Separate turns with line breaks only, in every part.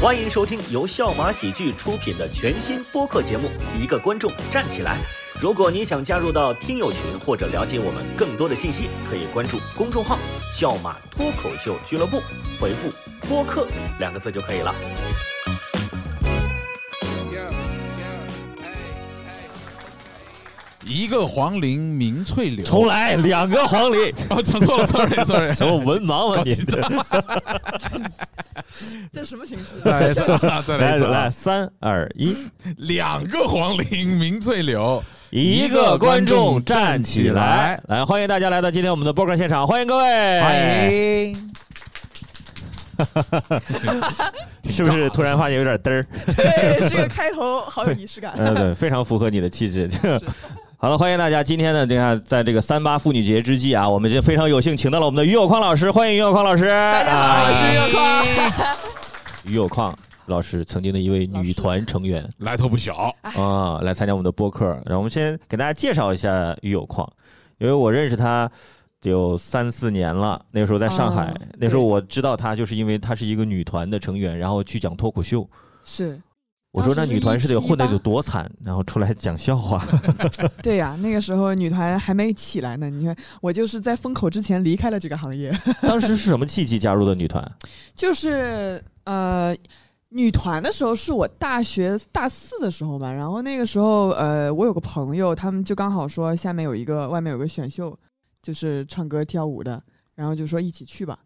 欢迎收听由笑马喜剧出品的全新播客节目《一个观众站起来》。如果你想加入到听友群或者了解我们更多的信息，可以关注公众号“笑马脱口秀俱乐部”，回复“播客”两个字就可以了。
一个黄鹂鸣翠柳，
重来两个黄鹂，
哦，讲错了，sorry sorry，
什么文盲啊你？
这什么形式？
再来
哎
一次啊，再来
来
一次啊
来，，三二一，
两个黄鹂鸣翠柳，
一个观众站起来，来欢迎大家来到今天我们的播客现场，欢迎各位，
欢，迎，
是不是突然发现有点嘚 儿？
对，这个开头好有仪式感。
嗯，对，非常符合你的气 质。好了，欢迎大家！今天呢，这看在这个三八妇女节之际啊，我们这非常有幸请到了我们的于有匡老师，欢迎于有匡老师。大
大家
哎
好，我是月光。
于有匡老师，曾经的一位女团成员
来头不小，
啊，来参加我们的播客。然后我们先给大家介绍一下于有匡，因为我认识他有三四年了，那个时候在上海，
啊
那时候我知道他就是因为他是一个女团的成员，然后去讲脱口秀。
是
我说那
当时哦是
女团是得
17
混得
吧
有多惨，然后出来讲笑 话。
对呀、那个时候女团还没起来呢。你看，我就是在风口之前离开了这个行业，
当时是什么契机加入的女团？
就是呃。女团的时候是我大学大四的时候嘛，然后那个时候呃，我有个朋友，他们就刚好说下面有一个外面有个选秀，就是唱歌跳舞的，然后就说一起去吧，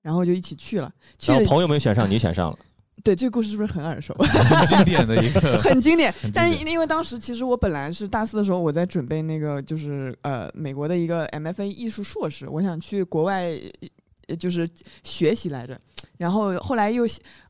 然后就一起去了。去
然
了
后朋友没选上，你选上了。
对这个故事是不是很耳熟？
很经典的一 个
很经典
很经典。
但是因因为当时其实我本来是大四的时候，我在准备那个就是呃美国的一个 MFA 艺术硕士，我想去国外呃就是学习来着。然后后来又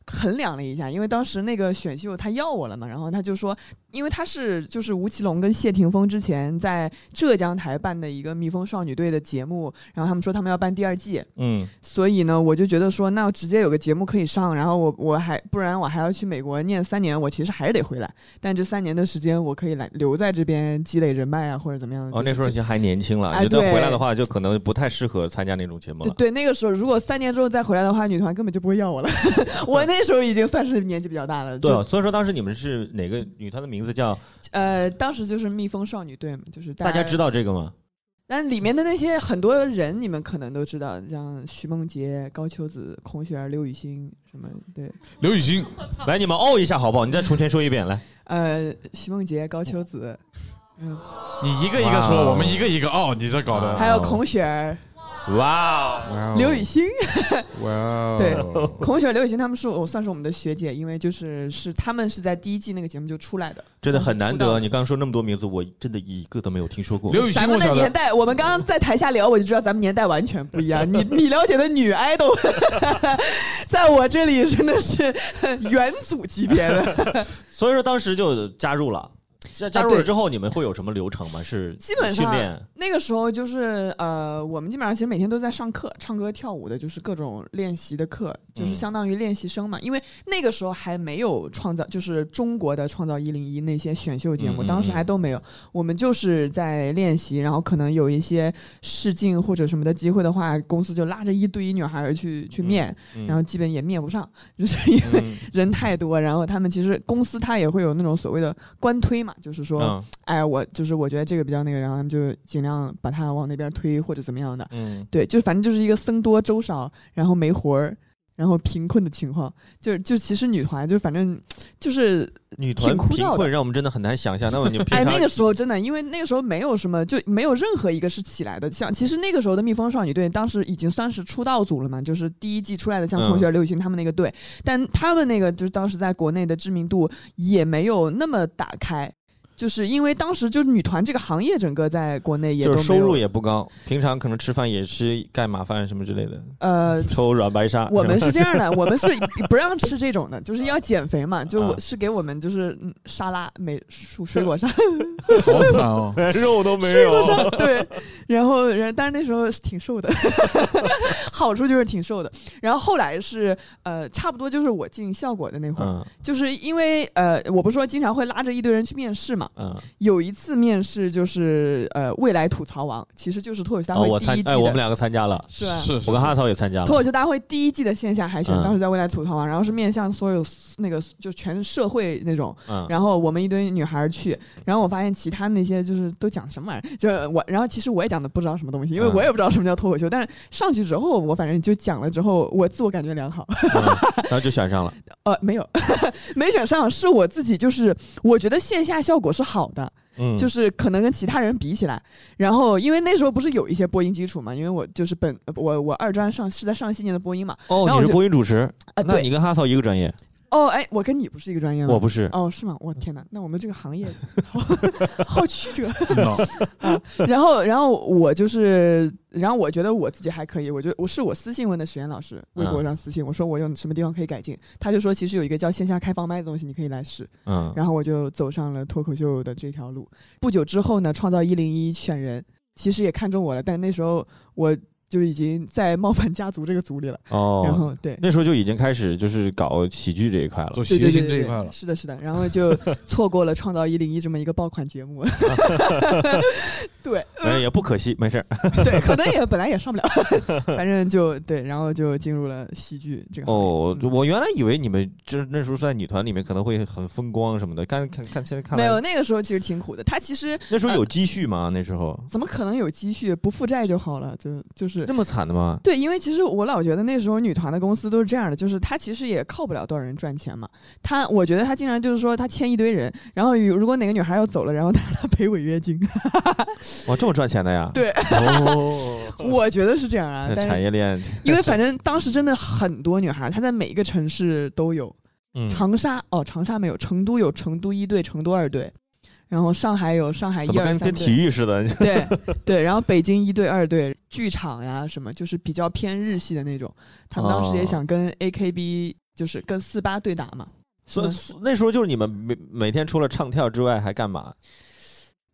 衡量了一下，因为当时那个选秀他要我了嘛，然后他就说，因为他是就是吴奇隆跟谢霆锋之前在浙江台办的一个蜜蜂少女队的节目，然后他们说他们要办第二季，
嗯，
所以呢，我就觉得说，那直接有个节目可以上，然后我我还不然我还要去美国念三年，我其实还是得回来。但这三年的时间，我可以来留在这边积累人脉啊，或者怎么样。
哦，
就是
那时候
这
其实还年轻了，
哎
觉得
对
回来的话就可能不太适合参加那种节目
对
了。
对，那个时候如果三年之后再回来的话，女团根本就不会要我了。我那时候已经算是年纪比较大了，
对
就
啊，所以说当时你们是哪个女团的名字叫？
呃，当时就是蜜蜂少女队嘛，就是大
大
家
家知。道这个吗？
但里面的那些很多人，你们可能都知道，像徐梦洁、高秋子、孔雪儿、刘雨欣什么，对，
刘雨欣，
来，你们哦一下好不好？你再重新说一遍来。
呃，徐梦洁、高秋子，嗯。
你一个一个
哇哦
说，我们一个一个哦，你这搞的，
还有孔雪儿、
哇哦，
哇哦
刘雨，欣，
哇哦，
对孔雪儿、刘雨欣他们是我算是我们的学姐，因为就是是他们是在第一季那个节目就出来的，
真的很难
算
得。
是
你刚刚说那么多名字，我真的一个都没有听说过。
刘雨
出道。咱
欣，我
们的
晓
年
得，
代，我们刚刚在台下聊，我就知道咱们年代完全不一 样。你你了解的女 idol，在我这里真的是元祖级别的，
所以说当时就加入了。加加入
啊对
了之后，你们会有什么流程吗？是
基本
训
上
练
那个时候就是呃，我们基本上其实每天都在上课，唱歌跳舞的，就是各种练习的课，就是
嗯
相当于练习生嘛。因为那个时候还没有创造，就是中国的创造一零一那些选秀节目，
嗯嗯
当时
嗯
还都没有。我们就是在练习，然后可能有一些试镜或者什么的机会的话，公司就拉着一堆女孩儿去去面，
嗯
然后基本也面不上，就是因为
嗯
人太多。然后他们其实公司它也会有那种所谓的官推嘛，就是说。
嗯
哎，我就是我觉得这个比较那个，然后他们就尽量把它往那边推或者怎么样的。
嗯，
对，就反正就是一个僧多粥少，然后没活儿，然后贫困的情况。就就其实女团就反正就是
女团
挺枯燥
贫
的
困让我们真的很难想象。那么你们平
哎，
常
那个时候真的，因为那个时候没有什么，就没有任何一个是起来的。像其实那个时候的蜜蜂少女队，当时已经算是出道组了嘛，就是第一季出来的，像
嗯
孔雪儿、刘雨欣他们那个队，但他们那个就是当时在国内的知名度也没有那么打开。就是因为当时就是女团这个行业整个在国内也都
就
没
是
有
收入也不高，平常可能吃饭也是盖码饭什么之类 的，
呃，
抽软白沙。
我们
吧
是这样的，我们 是不让吃这种的，就是要减肥嘛，就是
啊
我是给我们就是嗯沙拉美蔬 水果沙
好惨哦，
连肉都没
是
有
不。是？对，然后然但是那时候是挺瘦的， 好处就是挺瘦的。然后后来是呃，差不多就是我进效果的那会 儿，
嗯
就是因为呃，我不是说经常会拉着一堆人去面试嘛，
嗯，
有一次面试就是呃未来吐槽王，其实就是脱口秀大
哦，我
会第
参
一季
哎，我们
的，
两个参加了，
是吧？
是是
我跟哈曹也参加
脱口
了，
秀大会第一季的线下海选，
嗯
当时在未来吐槽王，然后是面向所有那个就全社会那种，
嗯，
然后我们一堆女孩儿去，然后我发现其他那些就是都讲什么玩意儿，就我，然后其实我也讲的不知道什么东西，因为
嗯
我也不知道什么叫脱口秀，但是上去之后，我反正就讲了之后，我自我感觉良好，
嗯然后就选上了，
呃，没有， 没选上，是我自己就是我觉得线下效果是好的，
嗯，
就是可能跟其他人比起来，然后因为那时候不是有一些播音基础嘛，因为我就是本呃我我二专上是在上戏念的播音嘛，
哦，
然
你
后我
是
就
播音主持，
啊、
那
对，
你跟哈曹一个专业，
哦哎，我跟你不是一个专业吗？
我不是，
哦，是吗？我天哪，那我们这 个行业好 好曲折。
嗯
然后，然后我就是，然后我觉得我自己还可以，我就我是我私信问的实验老师，微博上私信我说我有什么地方可以改进，他就说其实有一个叫线下开放麦的东西，你可以来试。
嗯，
然后我就走上了脱口秀的这条路。不久之后呢，创造一零一选人，其实也看中我了，但那时候我就已经在冒犯家族这个组里了。然
哦，
后对。
那时候就已经开始就是搞喜剧这一块了，
走
对
谐
对对
星这
对
一块了
对，，是的，是的，然后就错过了《创造一零一》这么一个爆款 节目， 对，
哎，也不可惜，没事儿。
对，可能也本来也上不了， 反正就对，然后就进入了戏剧这个行业。
哦，
嗯
我原来以为你们就是那时候是在女团里面可能会很风光什么的，但看看现在看
没
来
有，呃那个时候其实挺苦的。他其实
那时候有积蓄吗？那时候
怎么可能有积蓄？不负债就好了，就就是
这么惨的吗？
对，因为其实我老觉得那时候女团的公司都是这样的，就是她其实也靠不了多少人赚钱嘛。她我觉得她经常就是说她签一堆人，然后如果哪个女孩要走了，然后她让她赔违约金。
哇，这么赚钱的呀？
对
哦，
我觉得是这样啊，
那
但
产
是
业链，
因为反正当时真的很多女孩，她在每一个城市都有。
嗯，
长沙哦，长沙没有，成都有成都一队、成都二队，然后上海有上海
怎
一
么
二
跟
三嗯
跟体
队，
育似的？
对对，然后北京一队、二队，剧场呀什么，就是比较偏日系的那种。他们当时也
哦
想跟 AKB，就是跟四八对打嘛，
所以
嗯
所以那时候就是你们每每天除了唱跳之外还干嘛？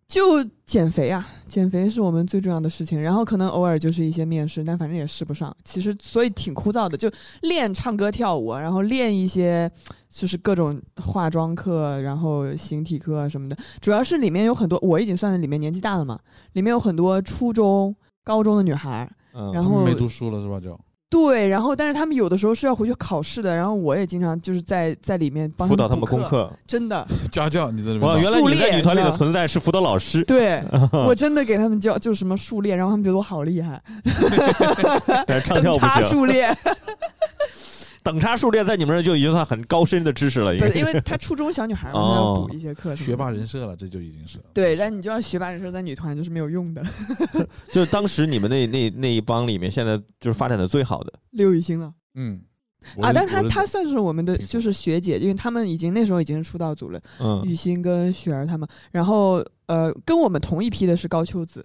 就减肥啊，减肥是我们最重要的事情。然后可能偶尔就是一些面试，但反正也试不上。其实所以挺枯燥的，就练唱歌跳舞，啊然后练一些就是各种化妆课，然后形体课啊什么的。主要是里面有很多，我已经算是里面年纪大了嘛，里面有很多初中、高中的女孩儿。
嗯，
然
他
后
们没读书了是吧？就
对，然后但是她们有的时候是要回去考试的，然后我也经常就是在在里面帮
辅导
他
他们功，课。
真的
家教你在这边
哇，
打
原来
嗯数
你在
列
女团里
是
的
吧
存在是辅导老师，
对我真的给他们教就是什么数列，然后他们觉得我好厉害，
但是唱跳
等
不
差
行。
数 列。
等差数列在你们这儿就已经算很高深的知识了，应
不
该
是，因为她初中小女孩嘛，她要补一些课什么的，
学霸人设了，这就已经是
对，但你就要学霸人说在女团就是没有用的，
就是当时你们那那那一帮里面，现在就是发展的最好的。
刘雨欣了
嗯
啊！但她
他
她算是我们的
挺
就是学姐，因为他们已经那时候已经是出道组了，
嗯
雨欣跟雪儿他们，然后呃跟我们同一批的是高秋子，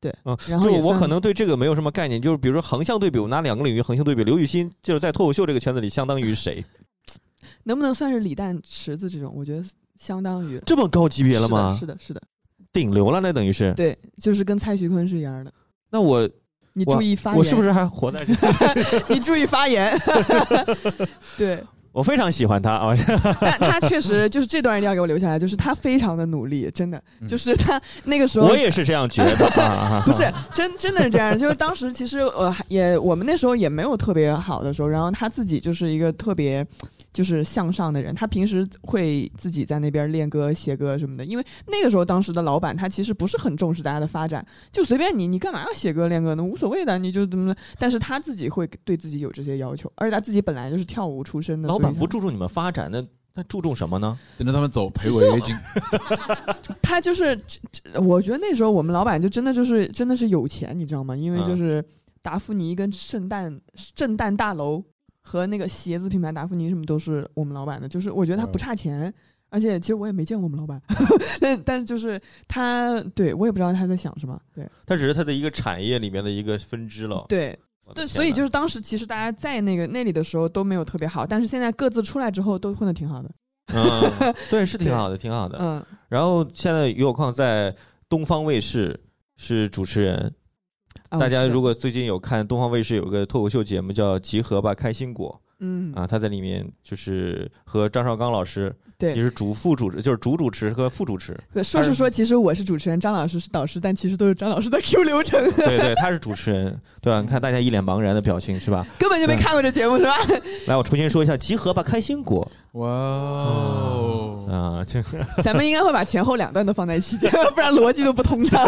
对，
嗯，
然后
就
也
我
算
可能对这个没有什么概念，就是比如说横向对比，我拿两个领域横向对比，刘雨欣就是在脱口秀这个圈子里相当于 谁？
能不能算是李诞、池子这种？我觉得相当于
这么高级别了吗？
是的，是的，是的，
顶流了，那等于是。
对，就是跟蔡徐坤是一样的。
那我
你
我
注意发言，
我是不是还活在这？
你注意发言， 对。
我非常喜欢他啊！
但他确实就是这段一定要给我留下来，就是他非常的努力，真的，
嗯
就是他那个时候
我。也是这样觉得啊。
不是真真的是这样，就是当时其实呃还也我们那时候也没有特别好的时候，然后他自己就是一个特别就是向上的人，他平时会自己在那边练歌写歌什么的，因为那个时候当时的老板他其实不是很重视大家的发展，就随便你你干嘛要写歌练歌呢，无所谓的，你就怎么的，但是他自己会对自己有这些要求，而且他自己本来就是跳舞出身的，
老板
所以他
不注重你们发展，那那注重什么呢？
等着他们走赔
其实
违约金，
他就是，这这我觉得那时候我们老板就真的就是真的是有钱，你知道吗？因为
嗯
就是达芙妮跟圣诞圣诞大楼和那个鞋子品牌达芙妮什么都是我们老板的，就是我觉
嗯
得他不差钱，而且其实我也没见过我们老板， 但但是就是他对我也不知道他在想什么，对
他只是他的一个产业里面的一个分支了。
对
我的
对，
哦天
所以
哪
就是当时其实大家在那个那里的时候都没有特别好，但是现在各自出来之后都混得挺好的，
嗯，对，是挺好的，挺好的。
嗯，
然后现在于有矿在东方卫视是主持人，
啊
大家
是的
如果最近有看东方卫视有个脱口秀节目叫《集合吧开心果》，
嗯，
啊，他在里面就是和张绍刚老师，
对
也是主副主持，就是主主持和副主持，
说是说，其实我是主持人，张老师是导师，但其实都是张老师的 Q 流程，
对对，他是主持 人，对吧？你看大家一脸茫然的表情是吧？
根本就没看过这节目是吧？
来，我重新说一下，集合吧，开心果
哇
嗯
哦，
啊，这个
咱们应该会把前后两段都放在一起， 不然逻辑都不通畅。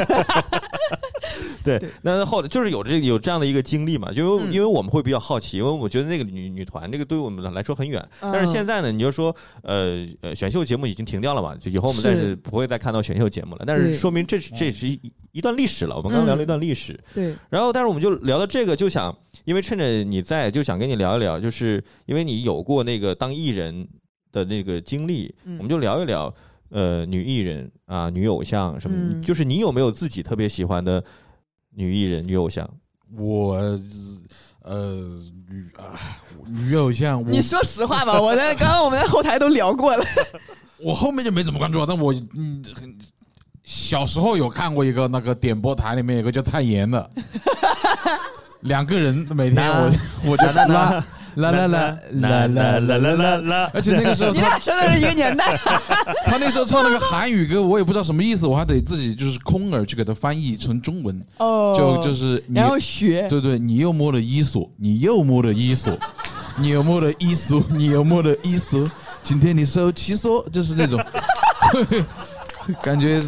对
对，
那后来就是有这有这样的一个经历嘛，因为
嗯
因为我们会比较好奇，因为我觉得那个女女团这个对于我们来说很远，但是现
在，
在呢，你就说呃呃，选秀节目已经停掉了嘛，就以后我们
是
再是不会再看到选秀节目了，但是
对
说明这
嗯
是这是一一段历史了，我们刚刚聊了一段历史，
对，
然后但是我们就聊到这个，就想因为趁着你在，就想跟你聊一聊，就是因为你有过那个当艺人的那个经历，
嗯
我们就聊一聊。呃，女艺人啊，女偶像什么的，
嗯
就是你有没有自己特别喜欢的女艺人、女偶像？
我呃女啊女偶像，我
你说实话吧，我在刚刚我们在后台都聊过了，
我后面就没怎么关注，但我嗯很小时候有看过一个那个点播台里面有个叫蔡妍的，两个人每天我我就拉啦啦啦啦啦啦啦啦啦，
啦！
而且那个时候
你
他
俩生的是一个年代，
他那时候唱那个韩语歌，我也不知道什么意思，我还得自己就是空耳去给他翻译成中文，
哦，
就就是你
然后学，
对对，你又摸了伊索，你又摸了伊索， 你又摸了伊索，你又摸了伊索，今天你收七索，就是那种， 感觉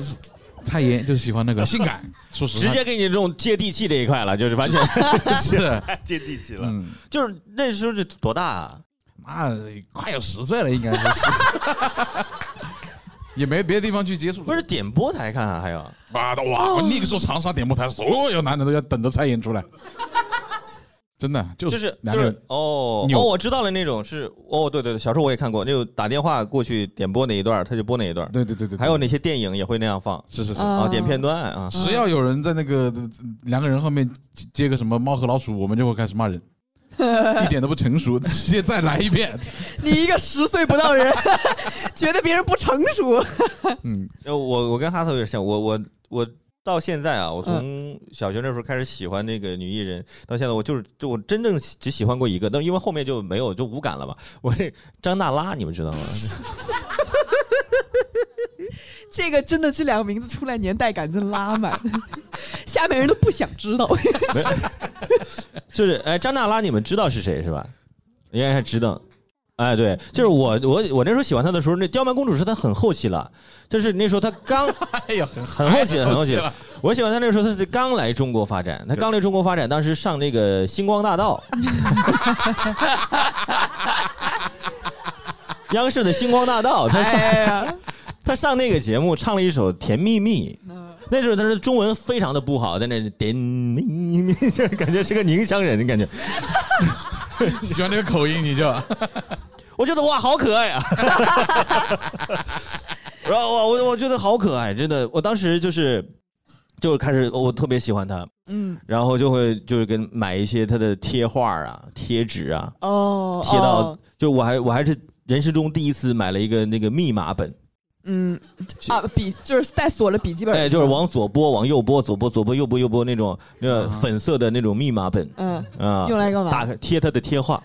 蔡妍就喜欢那个性感，说实
直
话，
接给你这种接地气这一块了，就是完全
是的，
接地气了。
嗯，
就是那时候这多大啊？
妈快有十岁了，应该是， 也没别的地方去接触，
不是哦点播台看啊，还有
妈的哇！我那个时候长沙点播台所有男的都要等着蔡妍出来，真的就
就是
两
就
个
是
人。
哦
扭
哦，我知道了，那种是哦，对对对，小时候我也看过，那种打电话过去点播哪一段，他就播哪一段，
对对对对，对
还有那些电影也会那样放
是是是，
啊，
啊
点片段啊，
只要有人在那个呃两个人后面接接个什么猫和老鼠，我们就会开始骂 人，一点都不成熟，直接再来一遍。
你一个十岁不到的人， 觉得别人不成熟，
嗯，
呃我我跟哈特有点像，我我我到现在啊，我从小学那时候开始喜欢那个女艺人，到现在我就是就我真正只喜欢过一个，但因为后面就没有就无感了嘛。我这张娜拉你们知道吗？
这个真的这两个名字出来年代感真拉满，下面人都不想知道。
就是哎，张娜拉你们知道是谁是吧？应该还知道。哎，对，就是我我我那时候喜欢她的时候，那刁蛮公主是她很后期了，就是那时候她刚
哎呀，很
很 后期了，很后期了
了。。
我喜欢她那时候，她是刚来中国发展，她刚来中国发展，当时上那个星光大 道，央视的星光大道，她上
哎呀，
她上那个节目唱了一首《甜蜜蜜》。那时候她是中文非常的不好，在那甜蜜蜜， 就感觉是个宁乡人的感觉。
啊喜欢这个口音你就
我觉得哇，好可爱啊！ 然后我我我觉得好可爱，真的，我当时就是就是开始我特别喜欢他，
嗯，
然后就会就是跟买一些他的贴画啊、贴纸啊，
哦，
贴到、
哦
就我还我还是人生中第一次买了一个那个密码本，
嗯啊，笔就是带锁了笔记本，
哎，就是往左拨往右拨，左拨左拨右拨右拨那种那个
啊
粉色的那种密码本
嗯，
啊，
用来干
打
嘛？
开贴他的贴 画。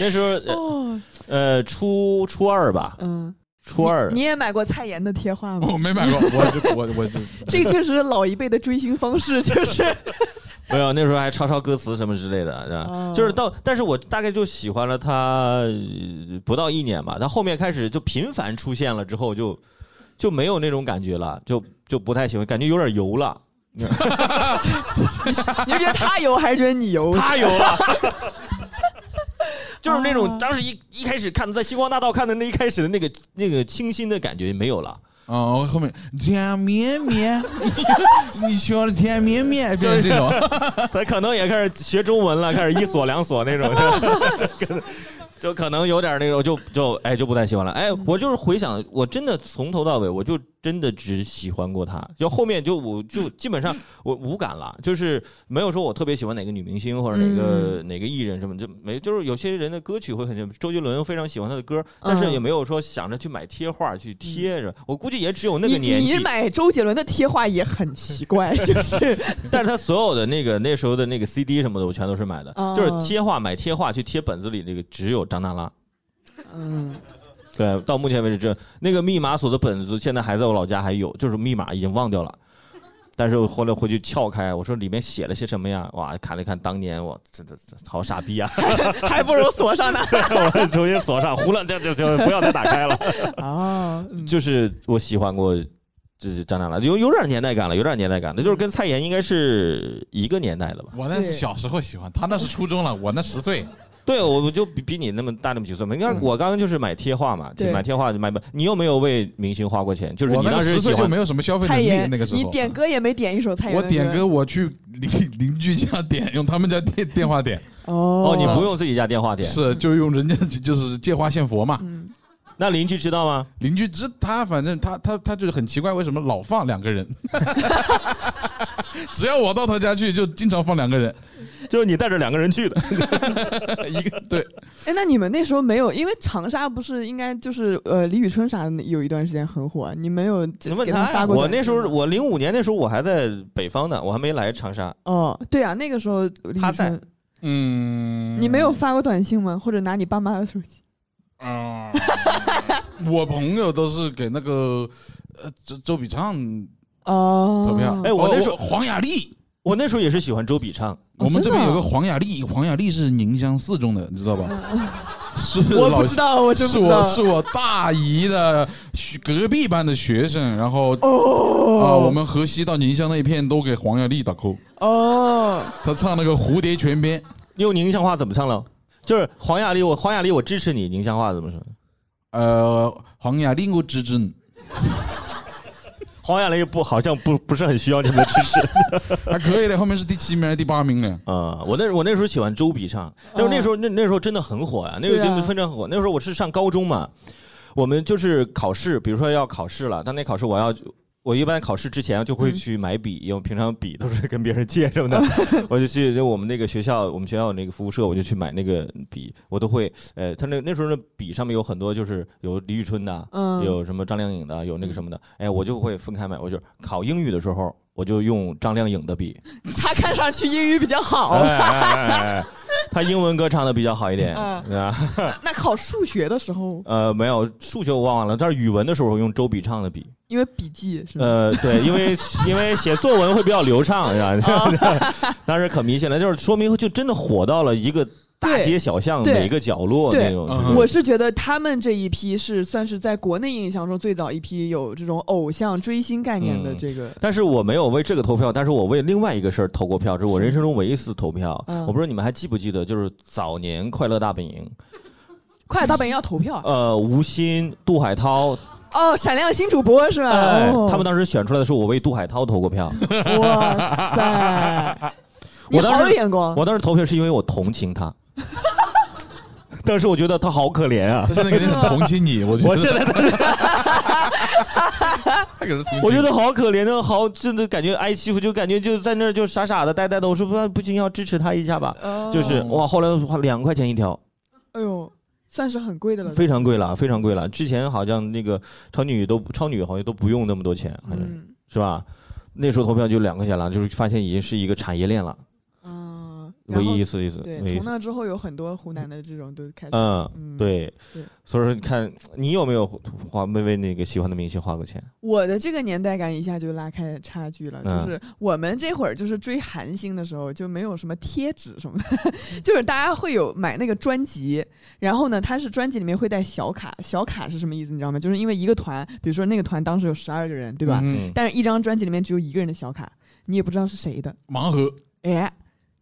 那时候呃
哦，
呃初初二吧，
嗯，
初二哦
你也买过蔡妍的贴画吗？
我没买 过，我就我我就
这个确实是老一辈的追星方式， 就是
没有，那时候还抄抄歌词什么之类的，是吧？
哦
就是到，但是我大概就喜欢了他呃不到一年吧，他后面开始就频繁出现了之后就，就没有那种感觉了，就就不太喜欢，感觉有点油了，
你是觉得他油还是觉得你油？
太油了。就是那种
哦
当时一一开始看在星光大道看的那一开始的那个那个清新的感觉没有了，
哦后面甜绵 绵，你喜欢甜绵绵，变成这种，
他可能也开始学中文了，开始一锁两锁 那种， 就就可能
嗯
就可能有点那种，就就哎就不太喜欢了。哎，我就是回想，我真的从头到尾，我就真的只喜欢过她，就后面就我就基本上我无感了，就是没有说我特别喜欢哪个女明星或者哪个、
嗯
哪个艺人什么，就没就是有些人的歌曲会很喜欢，周杰伦我非常喜欢他的歌，但是
嗯
也没有说想着去买贴画去贴着，我估计也只有那
你
个年纪
你买周杰伦的贴画也很奇怪，就是
但是他所有的那个那时候的那个 CD 什么的，我全都是买的，
哦
就是贴画买贴画去贴本子里那个只有张娜拉。
嗯，
对，到目前为止这那个密码锁的本子现在还在我老家还有，就是密码已经忘掉了。但是我后来回去撬开，我说里面写了些什么呀？哇，看了看当年，我这这这好傻逼啊！
还不如锁上呢。
我重新锁上，胡乱就就就不要再打开了。
哦，嗯
就是我喜欢过，就是张娜拉，有有点年代感了，有点年代感的，就是跟蔡妍应该是一个年代的吧。
我那是
对
小时候喜欢，他那是初中了，我那十岁。
对，我我就比比你那么大那么几岁嘛。你看，我刚刚就是买贴画嘛，
嗯对
买贴画买本。你有没有为明星花过钱？就是
我
你
那
当
个
时
十
喜
岁就
欢
没有什么消费能
蔡
力，
妍，
那个时候
你点歌也没点一首蔡妍
我
的
点歌，我去邻邻居家点，用他们家电电话点，
哦
哦，你不用自己家电话点。
是就用人家 就是借花献佛嘛。
嗯
那邻居知道吗？
邻居知他，反正他他他就是很奇怪，为什么老放两个人？ 只要我到他家去，就经常放两个人，
就是你带着两个人去 的。
一个对
哎，那你们那时候没有？因为长沙不是应该就是呃李宇春啥的有一段时间很火，啊你没有
你问
给们
他呀，
发过
我
短
那时
信
候
吗
我零五年那时候我还在北方呢，我还没来长沙。
哦，对啊，那个时候李宇
他在
春，
嗯，
你没有发过短信吗？或者拿你爸妈的手机？
啊、 我朋友都是给那个呃周周笔畅
哦，
投票。
哎我那时候
哦黄雅莉，
我那时候也是喜欢周笔畅，
我们这边
真的啊
有个黄雅莉，黄雅莉是宁乡四中的，你知道吧？
嗯
是
我
老
不知道， 我真
是
不知
我
道。
是我大姨的学隔壁班的学生，然后
哦，
啊，我们河西到宁乡那一片都给黄雅莉打 call，
哦，
她唱那个《蝴蝶泉边》，
用宁乡话怎么唱了？就是黄雅莉，我黄雅莉，我支持你。宁乡话怎么说？
呃，黄雅莉我支持你，
黄雅莉不好像不不是很需要你们的支持。
还可以的，后面是第七名还是第八名呢？
啊、我那我那时候喜欢周笔畅，那时候那时候那那时候真的很火呀、那时候
对啊
节目非常火。那时候我是上高中嘛，我们就是考试，比如说要考试了，当天考试我要。我一般考试之前就
嗯
会去买笔，因为我平常笔都是跟别人借什么 的，我就去就我们那个学校，我们学校有那个服务社，我就去买那个笔，我都会，呃，他那那时候的笔上面有很多，就是有李宇春的，
嗯，
有什么张靓颖的，有那个什么的，哎，我就会分开买，我就考英语的时候，我就用张靓颖的笔，
他看上去英语比较好，
哎哎哎哎他英文歌唱的比较好一点，
嗯
对吧？
那考数学的时候，
呃，没有数学我忘了，但是语文的时候我用周笔畅的笔，
因为笔记是吧？
呃，对，因为因为写作文会比较流畅，是吧？
哦
当时可迷信了，就是说明就真的火到了一个大
对
街小巷
对
每一个角落
对
那种。
嗯
就是
我是觉得他们这一批是算是在国内印象中最早一批有这种偶像追星概念的
嗯
这个，
但是我没有为这个投票，但是我为另外一个事儿投过票，这是我人生中唯一一次投票。
嗯
我不知道你们还记不记得，就是早年《快乐大本营》，
快乐大本营要投票啊
呃，吴昕、杜海涛，
哦，闪亮新主播是吧？
哎，
哦，
他们当时选出来的时候，我为杜海涛投过票。
哇塞，你
我当
好
时
有眼光，
我当时投票是因为我同情他， 当时我觉得他好可怜啊
她，现在肯定很同情你，我觉得
我现在
她可是同情你
我觉得好可怜的，好真的感觉挨欺负，就感觉就在那儿就傻傻的呆呆的。我说不不行，要支持他一下吧。
哦
就是哇，后来花两块钱一条，
哎呦，算是很贵的了，
非常贵了，非常贵了。之前好像那个超女都超女好像都不用那么多钱，好像是,、
嗯
是吧？那时候投票就两块钱了，就是发现已经是一个产业链了，
嗯，然
唯
后
一一次一次，
对，
唯一一
从
次，
那之后有很多湖南的这种都开始，
嗯，
嗯，
对
对，
所以说你看，你有没有花为为那个喜欢的明星花过钱？
我的这个年代感一下就拉开差距了，
嗯
就是我们这会儿就是追韩星的时候就没有什么贴纸什么的，
嗯
就是大家会有买那个专辑，然后呢，它是专辑里面会带小卡，小卡是什么意思你知道吗？就是因为一个团，比如说那个团当时有十二个人，对吧？
嗯
嗯，
但是一张专辑里面只有一个人的小卡，你也不知道是谁的，
盲盒，
哎，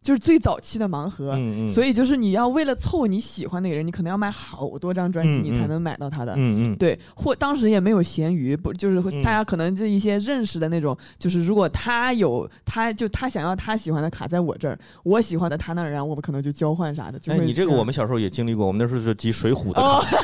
就是最早期的盲盒，
嗯嗯，
所
以，
以就是你要为了凑你喜欢那个人，你可能要买好多张专辑，
嗯
你才能买到他的。
嗯嗯，
对，或当时也没有闲鱼，不就是会
嗯
大家可能就一些认识的那种，就是如果他有他就他想要他喜欢的卡在我这儿，我喜欢的他那儿，然后我们可能就交换啥的。就
哎，
会
你这个
样
我们小时候也经历过，我们那时候是集《水浒》的
哦
卡，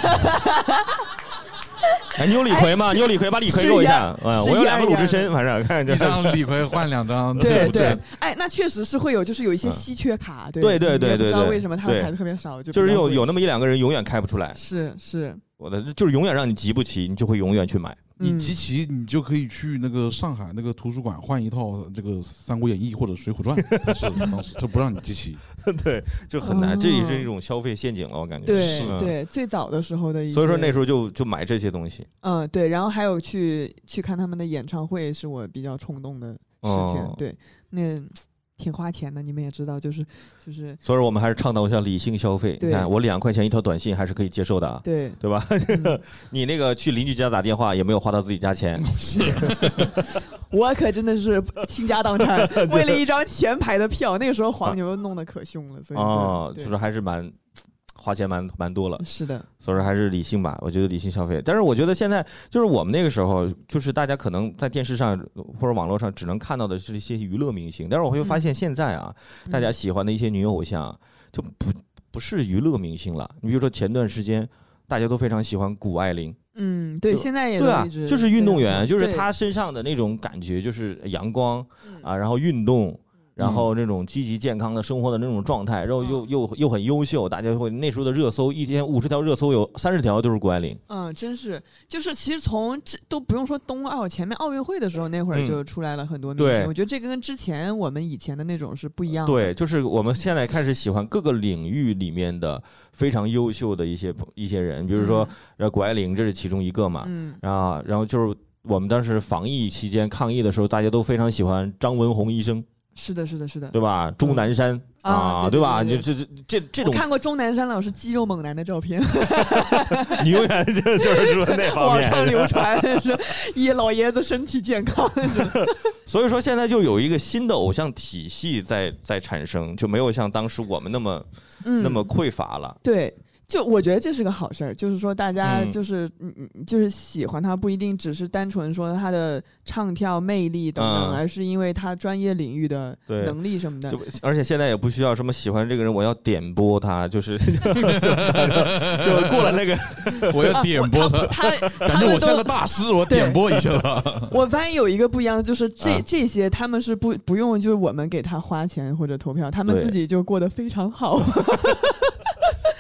哎，你有李逵吗？
哎
你有李逵，把李逵
是
给我一
一
下
样。
啊，
是
我有
一
两个
样
鲁
一
智
样
深，反正看
一
这。
张李逵换两张，
对
不对
对，哎，那确实是会有，就是有一些
嗯
稀缺卡，对
对对对
你也不
对
知道
对
为什么他的
对
牌特别少，就
就是
比较
有
贵
有那么一两个人永远开不出来，
是是，
我的就是永远让你集不齐，你就会永远去 买。
你
嗯
集齐，你就可以去那个上海那个图书馆换一套这个《三国演义》或者《水浒传》，但是当时他不让你集齐。
对，就很难，这也
哦
是一种消费陷阱了，我感觉。
对
嗯。
对，最早的时候的一些，
所以说那时候就就买这些东西。
嗯对，然后还有去去看他们的演唱会，是我比较冲动的事情，
哦
对，那挺花钱的，你们也知道，就是就是
所以说我们还是倡导一下理性消费。
对
你看，我两块钱一条短信还是可以接受的啊，
对，
对吧？
嗯
你那个去邻居家打电话也没有花到自己家钱，
我可真的是倾家 荡产，为了一张前排的票，那个时候黄牛弄得可凶了，所以
哦，
对
就是还是蛮花钱蛮蛮多了，
是的，
所以说还是理性吧，我觉得理性消费。但是我觉得现在就是我们那个时候，就是大家可能在电视上或者网络上只能看到的是一些娱乐明星，但是我会发现现在啊，大家
嗯
喜欢的一些女偶像就不不是娱乐明星了。你比如说前段时间。大家都非常喜欢谷爱凌，
嗯，对，
就
现在也
对
都
啊
一直，
就是运动员，
对
就是
对
她身上的那种感觉，就是阳光，
嗯
啊，然后运动，然后那种积极健康的生活的那种状态，然后
嗯
又又又很优秀，大家会那时候的热搜一天五十条热搜有三十条都是谷爱凌，
嗯，真是，就是其实从这都不用说冬奥，前面奥运会的时候那会儿
嗯
就出来了很多明星，
对
我觉得这个跟之前我们以前的那种是不一样的。
对，就是我们现在开始喜欢各个领域里面的非常优秀的一些一些人，比如说呃谷爱凌这是其中一个嘛，
嗯，
啊，然后就是我们当时防疫期间抗疫的时候，大家都非常喜欢张文宏医生，
嗯，是的，是的，是的。
对吧？钟南山
嗯啊对
对
对
吧？
对
就
对
这这这这
我
种，
看过钟南山老师肌肉猛男的照片，
你永远 就就是说 那方
网
面，
上流传说一老爷子身体健康。
所以说现在就有一个新的偶像体系在在产生，就没有像当时我们那么、
嗯，
那么匮乏了。
对，就我觉得这是个好事儿，就是说大家
嗯
就是嗯嗯，就是喜欢他，不一定只是单纯说他的唱跳魅力等等，
嗯
而是因为他专业领域的
对
能力什么的
就。而且现在也不需要什么喜欢这个人，我要点播他，就是 就就过了那 个。
我要点播他，
他
感
他
觉
们
我像
都
个大师，我点播一下他。
我发现有一个不一样的，就是这、
啊
这些他们是不不用，就是我们给他花钱或者投票，他们
对
自己就过得非 常好。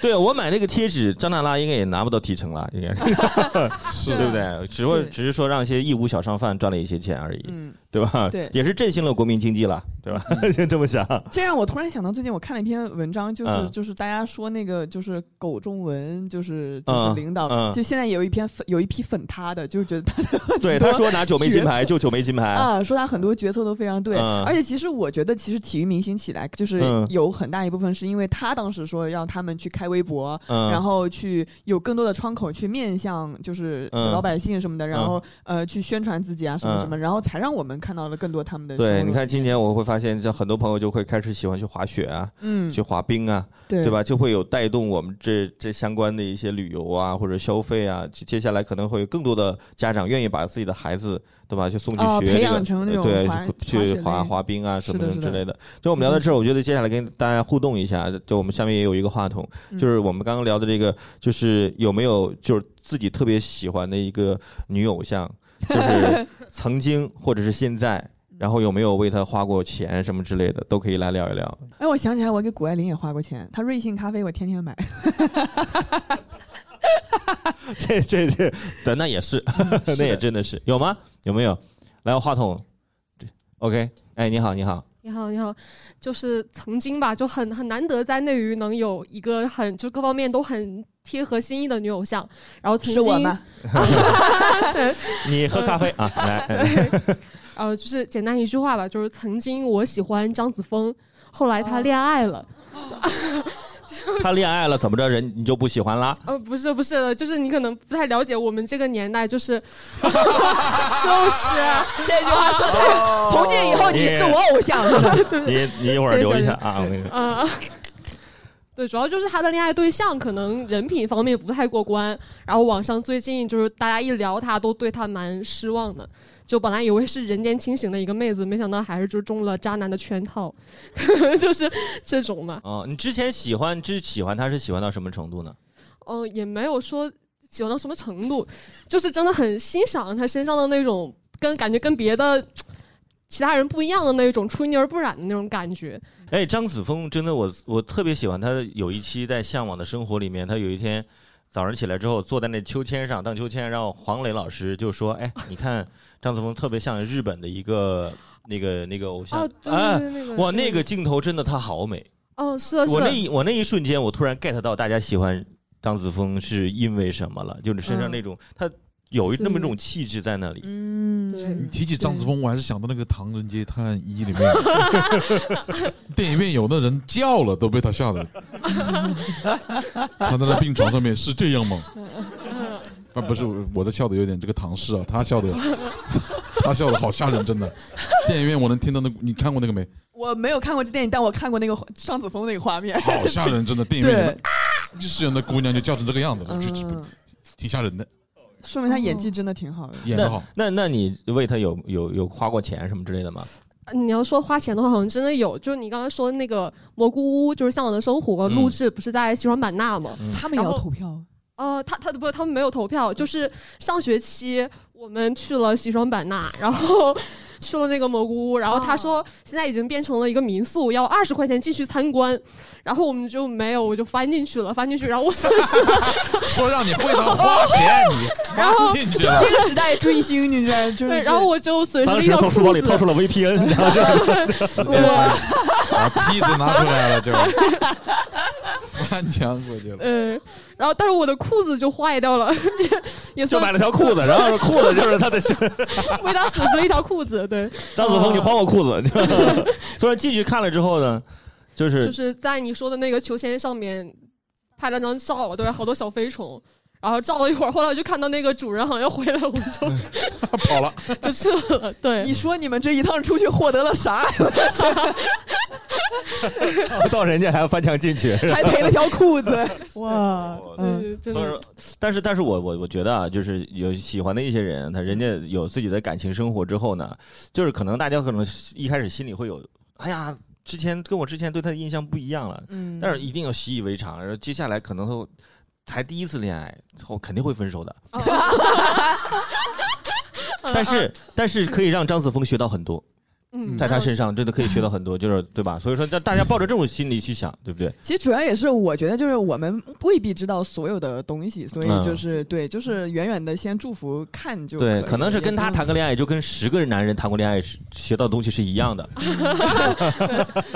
对我买那个贴纸，张娜拉应该也拿不到提成了，应该 是
是
对不对？只会
对
只是说让一些义乌小商贩赚了一些钱而已，
嗯，
对嗯吧？
对
也是振兴了国民经济了，对吧？ 就这么想，
这让我突然想到，最近我看了一篇文章，就是、
嗯
就是大家说那个就是苟仲文，就是就是
嗯
领导，
嗯哎
就现在有一篇粉有一批粉他的，就是觉得他
对，他说拿九枚金牌就九枚金牌，
啊，说他很多决策都非常对，
嗯
而且其实我觉得，其实体育明星起来就是
嗯
有很大一部分是因为他当时说让他们去开微博，
嗯，
然后去有更多的窗口去面向就是
嗯
老百姓什么的，然后呃去宣传自己啊什么什么，然后才让我们看到了更多他们的收
对，
入
你看今年我会发现，像很多朋友就会开始喜欢去滑雪啊，
嗯
去滑冰啊，
对
对？吧？就会有带动我们这这相关的一些旅游啊，或者消费啊。接接下来可能会有更多的家长愿意把自己的孩子，对吧，就送去
哦
学
培
这
养
个，
成那
呃
种
对
滑，
去去
滑雪类
滑冰啊什么
是的是的嗯
之类的。就我们聊到这儿，我觉得接下来跟大家互动一下，就我们下面也有一个话筒，
嗯
就是我们刚刚聊的这个，就是有没有就是自己特别喜欢的一个女偶像，就是 曾经或者是现在。然后有没有为她花过钱什么之类的，都可以来聊一 聊。
哎，我想起来，我给谷爱凌也花过钱，她瑞幸咖啡我天天买。
这这这，对，那也是，
嗯
那也真的是有吗？有没有？来，我话筒。这 OK，哎，你好，你好，
你好，你好，就是曾经吧，就很很难得在内娱能有一个很就各方面都很贴合心意的女偶像，然后曾
是
经
我吗？
你
嗯
喝咖啡 啊？来，哎
对，呃，就是简单一句话吧，就是曾经我喜欢张子枫，后来
哦
他恋爱了，
他恋爱了，怎么着人你就不喜欢啦？
呃，不是不是，就是你可能不太了解我们这个年代，就是 就是
这句话说的，从今以后你是我偶像。
你你一会儿
谢谢
留一
谢谢
下啊，我跟你说。
呃。对，主要就是他的恋爱对象可能人品方面不太过关，然后网上最近就是大家一聊他，都对他蛮失望的。就本来以为是人间清醒的一个妹子，没想到还是就中了渣男的圈套， 就是这种嘛。
哦，你之前喜欢之喜欢他是喜欢到什么程度呢？
嗯、也没有说。喜欢到什么程度，就是真的很欣赏他身上的那种跟感觉跟别的其他人不一样的那种出淤泥而不染的那种感觉。
哎，张子枫真的我我特别喜欢他有一期在《向往的生活》里面，他有一天早上起来之后坐在那秋千上荡秋千，然后黄磊老师就说：“哎，你看张子枫特别像日本的一个那个那个偶像。
哦，对对
哎
对，那个
哇，那个镜头真的他好美！
哦，是的，是
我那
的，
一我那一瞬间，我突然 get 到大家喜欢张子枫是因为什么了，就是身上
嗯
那种、他有
是
那么一种气质在那里。
嗯，
你
对
提起张子枫，我还是想到那个《唐人街探案一》里面， 电影院有的人叫了都被他吓的，他在那病床上面是这样吗？
嗯
啊，不是，我的笑的有点这个唐氏啊，他笑 的，他笑的好吓人，真的。电影院我能听到那，你看过那个没？
我没有看过这电影，但我看过那个张子枫那个画 面，
好吓人，真的。电影院里面啊
对，
就是有那姑娘就叫成这个样子，就
嗯，
挺吓人的，
说明他演技真的挺好的。
演的
那
好。
那那你为他有有有花过钱什么之类的吗？
你要说花钱的话，好像真的有，就是你刚才说的那个蘑菇屋，就是《向往的生
嗯
活》录制，不是在西双版纳吗？
他们也要投票，
呃，他他不，他们没有投票，就是上学期我们去了西双版纳，然后 去了那个蘑菇屋，然后他说现在已经变成了一个民宿，要二十块钱进去参观，然后我们就没有，我就翻进去了，翻进去，然后我 算是
说让你会他花钱，你
然后
翻进去啊了。
新时代追星，你知道就是
对，然后我就损失
当
了一
时
条
从书包
裤
里
子
掏，出了 VPN，然后就
把梯子拿出来 了就，翻墙过去了。
嗯，然后但是我的裤子就坏掉了， 也
就
算
买了条裤子，然后裤子就是他的。
为他损失了一条裤子，对。
张子枫，你还我裤子。 所以进去看了之后呢，就是
哦就是在你说的那个球鞋上面拍了张照，对，好多小飞虫。然后照了一会儿，后来我就看到那个主人好像又回来，我们就
跑了，
就撤了。对
你，说你们这一趟出去获得 了啥？
哦
到人家还要翻墙进去。
还赔了条裤 子，哇，嗯，
对，真
所以
的
说，但是但是我我我觉得啊，就是有喜欢的一些人，他人家有自己的感情生活之后呢，就是可能大家可能一开始心里会有，哎呀，之前跟我之前对他的印象不一样了，
嗯
但是一定要习以为常，然后接下来可能会才第一次恋爱，后肯定会分手的。
嗯
啊，
但
嗯
是但是可以让张子枫学到很多，
嗯，
在他身上真的可以学到很多，就是对吧？所以说，大大家抱着这种心理去想，对不对？
其实主要也是我觉得，就是我们未必知道所有的东西，所以
嗯
就是、对，就是远远的先祝福看就
对，
以嗯
可能是跟他谈个恋爱，就跟十个男人谈过恋爱是学到的东西是一样 的。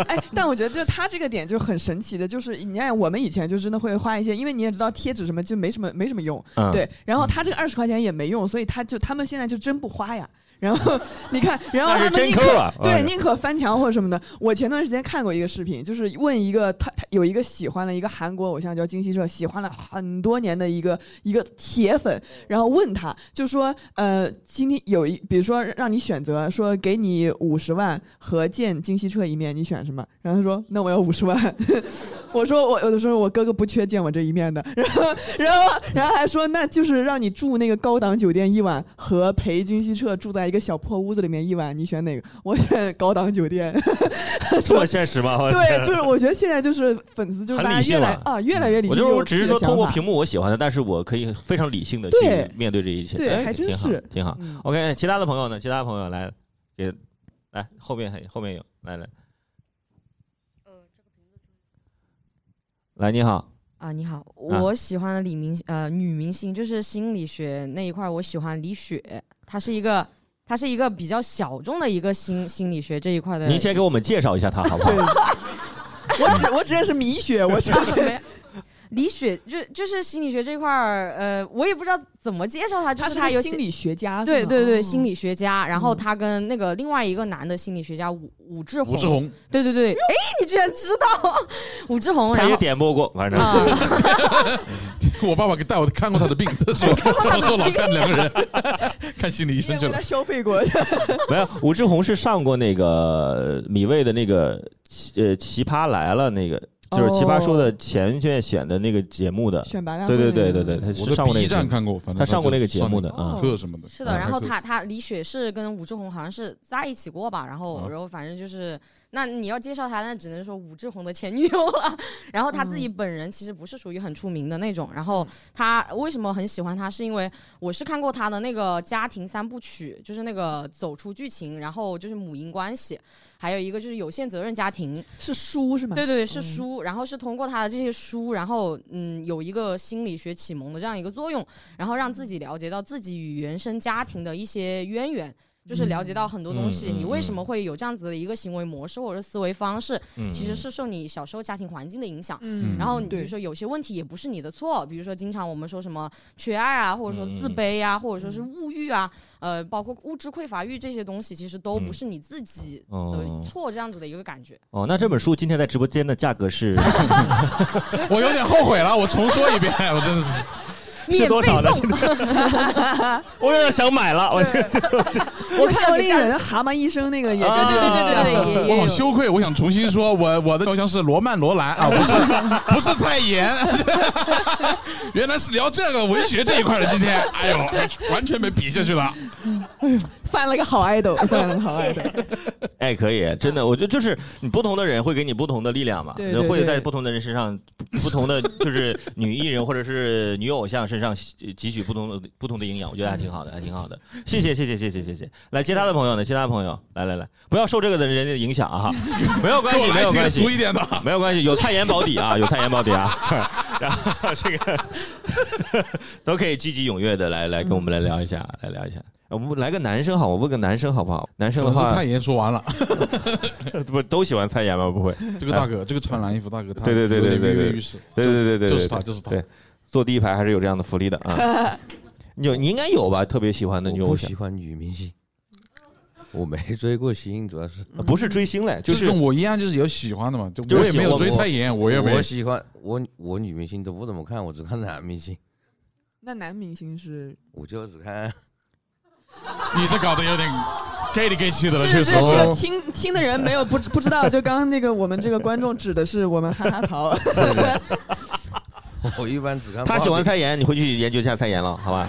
哎，但我觉得就他这个点就很神奇的，就是你看我们以前就真的会花一些，因为你也知道贴纸什么就没什么没什么用，
嗯，
对，然后他这个二十块钱也没用，所以他就他们现在就真不花呀。然后你看，然后
那
他
是
们
真
宁
抠
可
啊哎呀
对宁可翻墙或者什么的。我前段时间看过一个视频，就是问一个他他有一个喜欢的一个韩国偶像叫金希澈，喜欢了很多年的一个一个铁粉，然后问他就说呃，今天有一比如说让你选择，说给你五十万和见金希澈一面，你选什么？然后他说那我要五十万， 我说我有的时候我哥哥不缺见我这一面的，然后然后然后还说那就是让你住那个高档酒店一晚和陪金希澈住在一个小破屋子里面一晚，你选哪个？ 我选高档酒店。
这么现实吗？
对，就是我觉得现在就是粉丝就是
很
大
理
家
性
越来
了
啊越来越理
我
性
就
有
是
自己的想法。
我只是说通过屏幕我喜欢的，但是我可以非常理性的
对
去面对这一切，
对
哎
还真
挺好
是
挺好。
嗯
OK，其他的朋友呢？其他朋友来给来后面还后面有来来来你好，
啊，你好，我喜欢的李明呃女明星就是心理学那一块儿，我喜欢李雪，她是一个她是一个比较小众的一个心心理学这一块的。
您先给我们介绍一下他好不好
对？，我只我只认识米雪，我只认识
没有李雪就就是心理学这块儿，呃，我也不知道怎么介绍她，就
她
是
个
她有
心
些
理学家，哦
对对对，心
理
理学家，然后
嗯
她跟那个另外一个男的心理学家武武志红，
武志 红，
对对对，哎，你居然知道啊武志红，
他
然
也
后
点播过，反正
啊，
我爸爸给带我看过他的病， 他说说说老看两个人， 看心理医
你
生
也
去
为
了
他。消费过，
没有。武志红是上过那个米未的那个奇呃《奇葩来了》那个，就是《奇葩说》
哦
的前院选的那个节目的。
选拔大
对
会
对
那
对
个
对对，他
我
是上
在
过那
B
个节
站
目。
看过，反正
他上过那个
就
节目的
上
啊
过课什么的。
是的，
嗯
然
还
后
可以
他他李雪是跟吴志红好像是在一起过吧，然后、
啊
然后反正就是那你要介绍他，那只能说武志红的前女友了。 然后他自己
嗯
本人其实不是属于很出名的那种。然后他为什么很喜欢他，是因为我是看过他的那个家庭三部曲，就是那个走出剧情，然后就是母婴关系，还有一个就是有限责任家庭。
是书是吗？
对对对，
嗯
是书，然后是通过他的这些书，然后嗯，有一个心理学启蒙的这样一个作用，然后让自己了解到自己与原生家庭的一些渊源。就是了解到很多东西，
嗯嗯
你为什么会有这样子的一个行为模式或者思维方式，
嗯
哦其实是受你小时候家庭环境的影响。
嗯
然后你比如
对
说有些问题也不是你的错，比如说经常我们说什么缺爱啊，或者说
嗯
自卑啊，或者说是物欲啊，呃，包括物质匮乏欲这些东西，其实都不是你自己
嗯哦
的错，这样子的一个感觉。
哦，那这本书今天在直播间的价格是
我有点后悔了，我 重说一遍，我真的是。
免
是多少呢
费？送
今天 我有点想买了，我现在
我看过那个人蛤蟆医生那个也
啊
对对对对，也
我
也
好
有。
羞愧，我想重新说，我我的头像是罗曼罗兰啊， 不是不是蔡妍， 原来是聊这个文学这一块的。今天，哎呦，完全被比下去了。
犯了个好 idol，犯了个好 idol。
哎可以，真的，我觉得就是你不同的人会给你不同的力量嘛，
对对
会在
对
不同的人身上，不同的 就是女艺人或者是女偶像身上吸汲取不同的不同的营养，我觉得还挺好的，还挺好的。谢谢谢谢谢谢谢谢，来其他的朋友呢，其他的朋友，来来来，不要受这个的人的影响啊，没有关
给我
系没
来
有
几个
关系
俗，一点的。
没有关系，有菜盐保底啊，有菜盐保底啊。 然后这个 都可以积极踊跃的来来跟我们来聊一下，来聊一下。我们来个男生好，我问个男生好不好？男生的
可能是
话
蔡，妍说完了，
不都喜欢菜盐吗？不会，
这个大哥，这个穿蓝衣服大哥，他
对对对对
有点
对
跃跃
对
欲试，
对对对对对，
就是他，就是他。
对坐第一排还是有这样的福利的啊。有你应该有吧？特别喜欢的女
我
偶
不
像
喜，欢女明星，我没追过星，主要是
呃不是追星嘞，就
嗯就是
是
跟我一样，就是有喜欢的嘛，就
就是
我也没有
喜欢
追
我
蔡妍，我也没
我喜欢我我女明星都不怎么看，我只看男明星，
那男明星是
我就只看
你这搞得有点 gay 里 gay 气的了，
这
确
是
实
这。
哦
是听听的人没有不知不知道，就刚刚那个我们这个观众指的是我们哈哈 桃，
我一般只看。
他喜欢，蔡妍，你回去研究一下蔡妍了，好吧？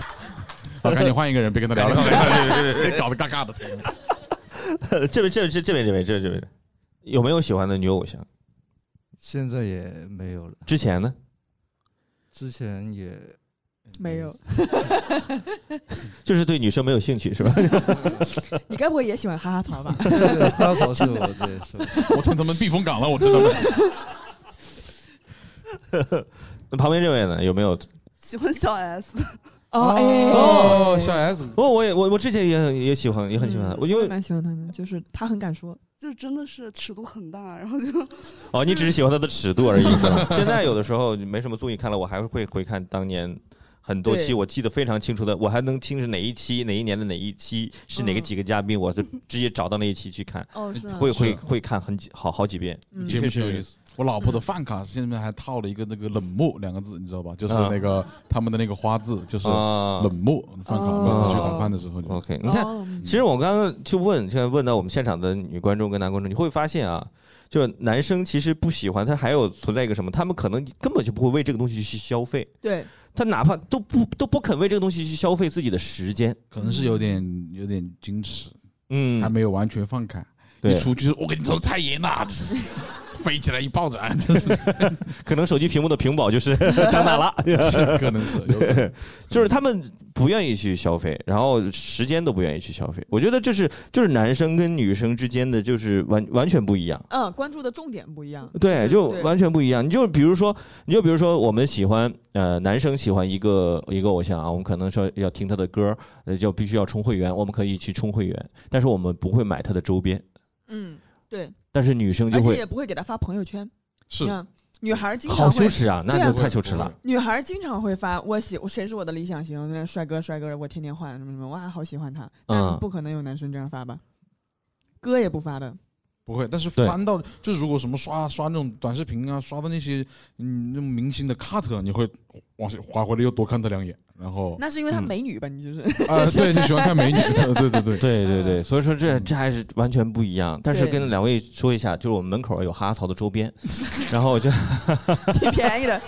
我赶紧换一个人，别跟他聊了，对对对， 搞得尬尬的。
这位这位这这位这位这位这位，有没有喜欢的女偶像？
现在也没有了，
之前呢？
之前也
没有。
就是对女生没有兴趣 是吧？
你该不会也喜欢哈哈桃吧？
对对对，花草是我对是我
我成他们避风港了，我知道了。
那旁边这位呢？有没有
喜欢小 S，
哦哎，
哦，小 S，
哦，我也我我之前也很也喜欢，也很喜欢他。我因
也
为
蛮喜欢他的，就是他很敢说，
就真的是尺度很大，然后就
哦，你只是喜欢他的尺度而 已。是吧现在有的时候没什么综艺看了，我还会回看当年很多期，
对
我记得非常清楚的，我还能清楚哪一期、哪一年的哪一期是哪个
嗯
几个嘉宾，我就直接找到那一期去看，
哦是
会会
是
会看很几好好几遍。
嗯
节目
确实
挺有意思。我老婆的饭卡现在还套了一个那个冷漠两个字，你知道吧？就是那个他们的那个花字，就是
啊
冷漠饭卡。
哦
每次去打饭的时候就，
，OK，你看，
哦
其实我刚刚去问，现在问到我们现场的女观众跟男观众，你会发现啊，就男生其实不喜欢他，还有存在一个什么，他们可能根本就不会为这个东西去消费。
对，
他哪怕都不都不肯为这个东西去消费自己的时间，
可能是有点有点矜持，还
嗯，
没有完全放开。
对
一，出去，我跟你说太严了，飞起来一抱着，就是
可能手机屏幕的屏保就是 张 大了，
可能是 有可能
就是他们不愿意去消费，然后时间都不愿意去消费。我觉得这是就是男生跟女生之间的就是完完全不一样。
嗯，关注的重点不一样，
对，
是
就
对
完全不一样。你就比如说，你就比如说，我们喜欢呃，男生喜欢一个一个偶像啊，我们可能说要听他的歌，呃，就必须要充会员，我们可以去充会员，但是我们不会买他的周边。
嗯，对，
但是女生就
而且
会
也不会给他发朋友圈，
是
你看女孩儿经
好
常
羞
会。
耻啊，
对
那
啊
就太羞耻了。。
女孩儿经常会发我喜我谁是我的理想型，那帅哥帅哥，我天天换什么什么，哇，好喜欢他。
嗯
但不可能有男生这样发吧？歌也不发的，
不会，但是
对
翻到就是如果什么刷刷那种短视频啊，刷到那些嗯那种明星的 cut，你会往下滑回来又多看他两眼，然 后
那是因为她
嗯
美女吧？你就是
啊、对，就喜欢看美女，对对对对，
对对对，
嗯
所以说这
嗯
这还是完全不一样。但是
对
跟两位说一下，就是我们门口有哈哈曹的周 边，然后就
挺 便宜的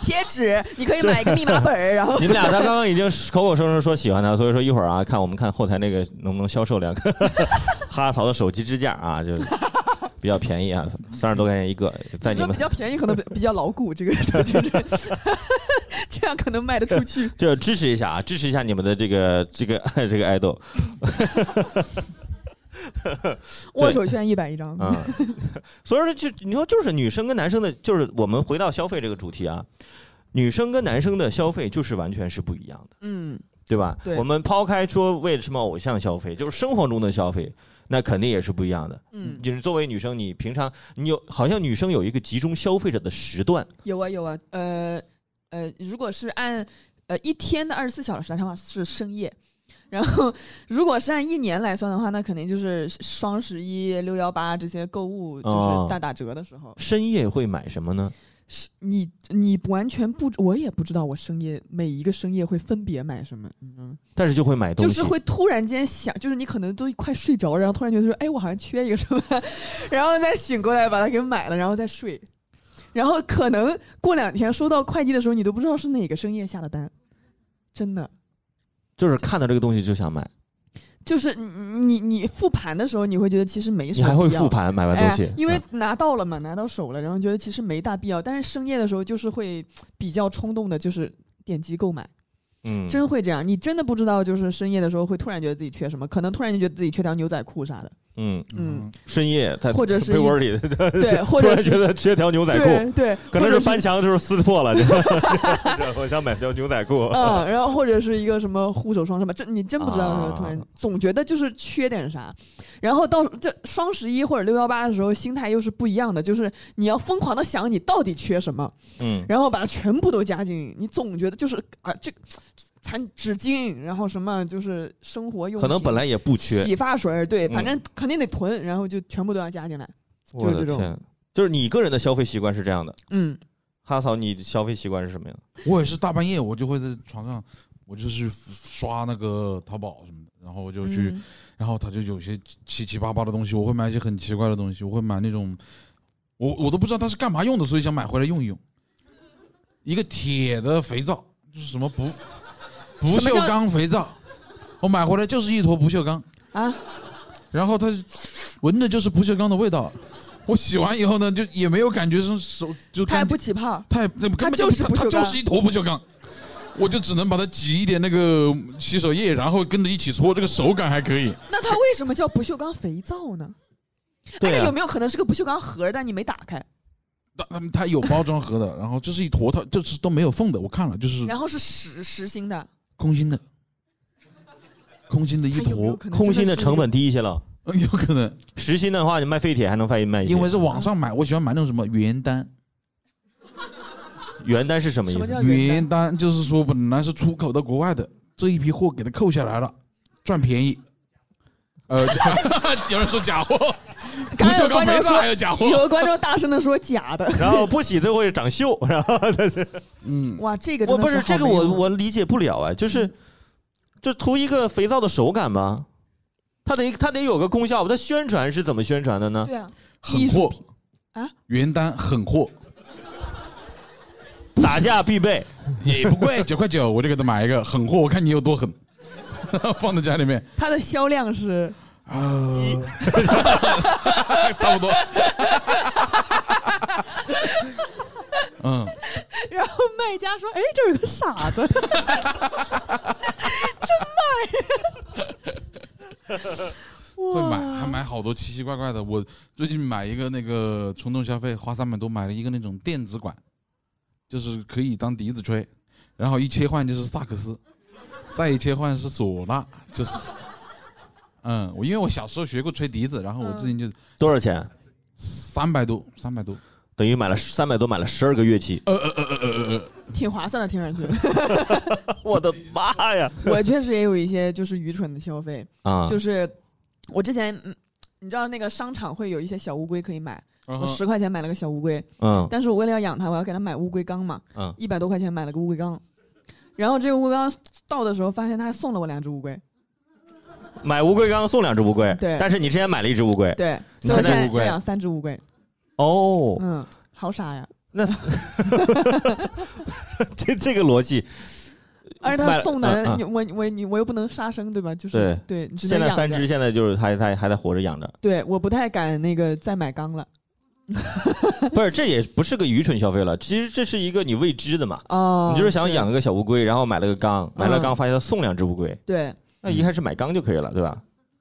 贴纸，你可以买一个密码本儿，然后
你们俩他刚刚已经口口声声说喜欢他，所以说一会儿啊， 看我们看后台那个能不能销售两个哈哈曹的手机支架啊，就比较便宜啊，三十多块钱一个，在你
说
们
比较便宜，可能比比较牢固，这个 是就是这样可能卖得出去。
就支持一下啊，支持一下你们的这个 这个这个爱豆
握手券一百一张，
啊。 所以说就你说就是女生跟男生的，就是我们回到消费这个主题啊，女生跟男生的消费就是完全是不一样的，
嗯，
对吧？
对
我们抛开说为什么偶像消费，就是生活中的消费。那肯定也是不一样的，
嗯
就是作为女生，你平常你有好像女生有一个集中消费者的时段，
有啊有啊，呃呃，如果是按呃一天的二十四小时来算的话是深夜，然后如果是按一年来算的话，那肯定就是双十一、六幺八这些购物
哦
就是大打折的时候。
深夜会买什么呢？
是你你完全不，我也不知道我深夜每一个深夜会分别买什么，你知道吗？
但是就会买东
就
西，
是会突然间想，就是你可能都快睡着，然后突然觉得说，哎，我好像缺一个什么， 然后再醒过来把它给买了，然后再睡，然后可能过两天收到快递的时候，你都不知道是哪个深夜下的单，真的。
就是看到这个东西就想买。
就是你你你复盘的时候，你会觉得其实没什
你
么
还
必要，
会复盘买完东西，嗯
哎，因为拿到了嘛，拿到手了，然后觉得其实没大必要。但是深夜的时候，就是会比较冲动的，就是点击购买。
嗯，
真会这样，你真的不知道，就是深夜的时候会突然觉得自己缺什么，可能突然就觉得自己缺条牛仔裤啥的，
嗯，
嗯，
深夜在
或者是
被窝里，
对，或
突
者
然
是
觉得缺条牛仔裤，
对对，
可能
或者
是翻墙的时候撕破 了，就就我想买条牛仔裤。
嗯，然后或者是一个什么护手霜什么，这你真不知道的时候，
啊
突然总觉得就是缺点啥，然后到这双十一或者六幺八的时候，心态又是不一样的，就是你要疯狂的想你到底缺什么，
嗯，
然后把它全部都加进，你总觉得就是啊这。餐纸巾，然后什么就是生活用品，
可能本来也不缺，
洗发水儿，对，
嗯
反正肯定得囤，然后就全部都要加进来。
我的
就是这种
天，就是你个人的消费习惯是这样的。
嗯，
哈嫂，你消费习惯是什么样的？
我也是大半夜，我就会在床上，我就去刷那个淘宝什么的，然后我就去，
嗯
然后他就有些七七八八的东西，我会买一些很奇怪的东西，我会买那种，我我都不知道它是干嘛用的，所以想买回来用一用。一个铁的肥皂，就是什么不不
什么
锈
叫
钢肥皂，我买回来就是一坨不锈钢，
啊，
然后它闻着就是不锈钢的味道。我洗完以后呢，就也没有感觉是手就
它也
干
不起泡，
太那根本
它就是
它
不锈
它
钢
就是一坨不锈钢，我就只能把它挤一点那个洗手液，然后跟着一起搓，这个手感还可以。
那它为什么叫不锈钢肥皂呢？
对
哎，
啊
有没有可能是个不锈钢盒儿，但你没打开，
它它它有包装盒的，然后这是一坨，它就是都没有缝的，我看了
嗯
就是
然后是实实心的，
空心的，空心的一
它有没有
坨，
可能
空
真
心的
是
成本低一些了，
有可能
实心的话你卖废铁还能卖卖一些。
因为是
嗯
网上买，我喜欢买那种什么原单，
原单是什么意
什 么
思？
叫原
原
单？
单就是说本来是出口到国外的，这一批货给它扣下来了，赚便宜。呃， 有人说假货，不
刚才有
锈钢
观
肥
众
皂还
说，
有假货，
有个观众大声的说 假的，
然后不洗最后就长 锈，然后
嗯，
哇，这个真
我
的
不是
好嗯
这个
没
我
用
我理解不了啊，就是就图一个肥皂的手感吧，它得它得有个功效吧，它宣传是怎么宣传的呢？
对啊，
狠
艺术
货
品啊，
原单狠货，
打架必备，
也不贵，九块九，我就给他买一个狠货，我看你有多狠， 放在家里面
它的销量是
啊， 差不多，嗯，
然后卖家说：“哎，这儿有个傻子， 真卖。
会买，
哇
还买好多奇奇怪怪的。我最近买一个那个冲动消费，花三百多买了一个那种电子管，就是可以当笛子吹，然后一切换就是萨克斯，再一切换是唢呐，就是，嗯，我因为我小时候学过吹笛子，然后我最近就
多少钱？
三百多，三百多，
等于买了三百多，买了十二个乐器。
呃呃呃呃呃呃，
挺划算的，听上去。
我的妈呀！
我确实也有一些就是愚蠢的消费，
啊，
就是我之前，嗯，你知道那个商场会有一些小乌龟可以买，
然
我
后
十块钱买了个小乌龟，
嗯
但是我为了要养它，我要给它买乌龟缸嘛，
嗯，
一百多块钱买了个乌龟缸，然后这个乌龟缸到的时候，发现他还送了我两只乌龟，
买乌龟缸送两只乌龟，
对
但是你之前买了一只乌龟，啊
对，
你
所以我
现在
现在
乌龟
要养三只乌龟，
哦，
嗯，好傻呀，
那这这个逻辑，
而且
卖
他
了
送的
嗯
人，
嗯
你我我你我又不能杀生，对吧？就是对，你只能
现在
养
三
着
只，现在就是还还还在活着养着，
对，我不太敢那个再买缸了
不是这也不是个愚蠢消费了，其实这是一个你未知的嘛，
哦。
你就是想养个小乌龟，然后买了个缸，买了
嗯
缸发现他送两只乌龟，
对，
那一开始买缸就可以了，对吧？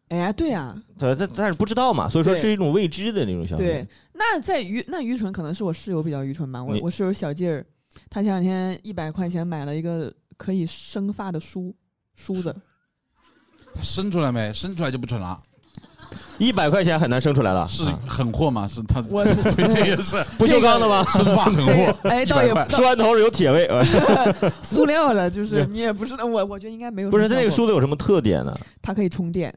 哎呀，对呀，
对，但但是不知道嘛，所以说
对
是一种未知的那种消费
对。，那在愚那愚蠢可能是我室友比较愚蠢吧。我
你
我室友小劲儿，他前两天一百块钱买了一个可以生发的梳梳 子，
它生出来没？生出来就不蠢了，
一百块钱很难生出来了，
是
啊
狠货嘛？是它，
我是
对，这也是
不锈钢的吗？
生发狠
这个
货，
哎，倒
100
也
块
倒
梳完头是有铁味， 呃
塑料的，就是你也不知道，我我觉得应该没有什
不
么
是它
效果。
那个梳子有什么特点呢？
它可以充电，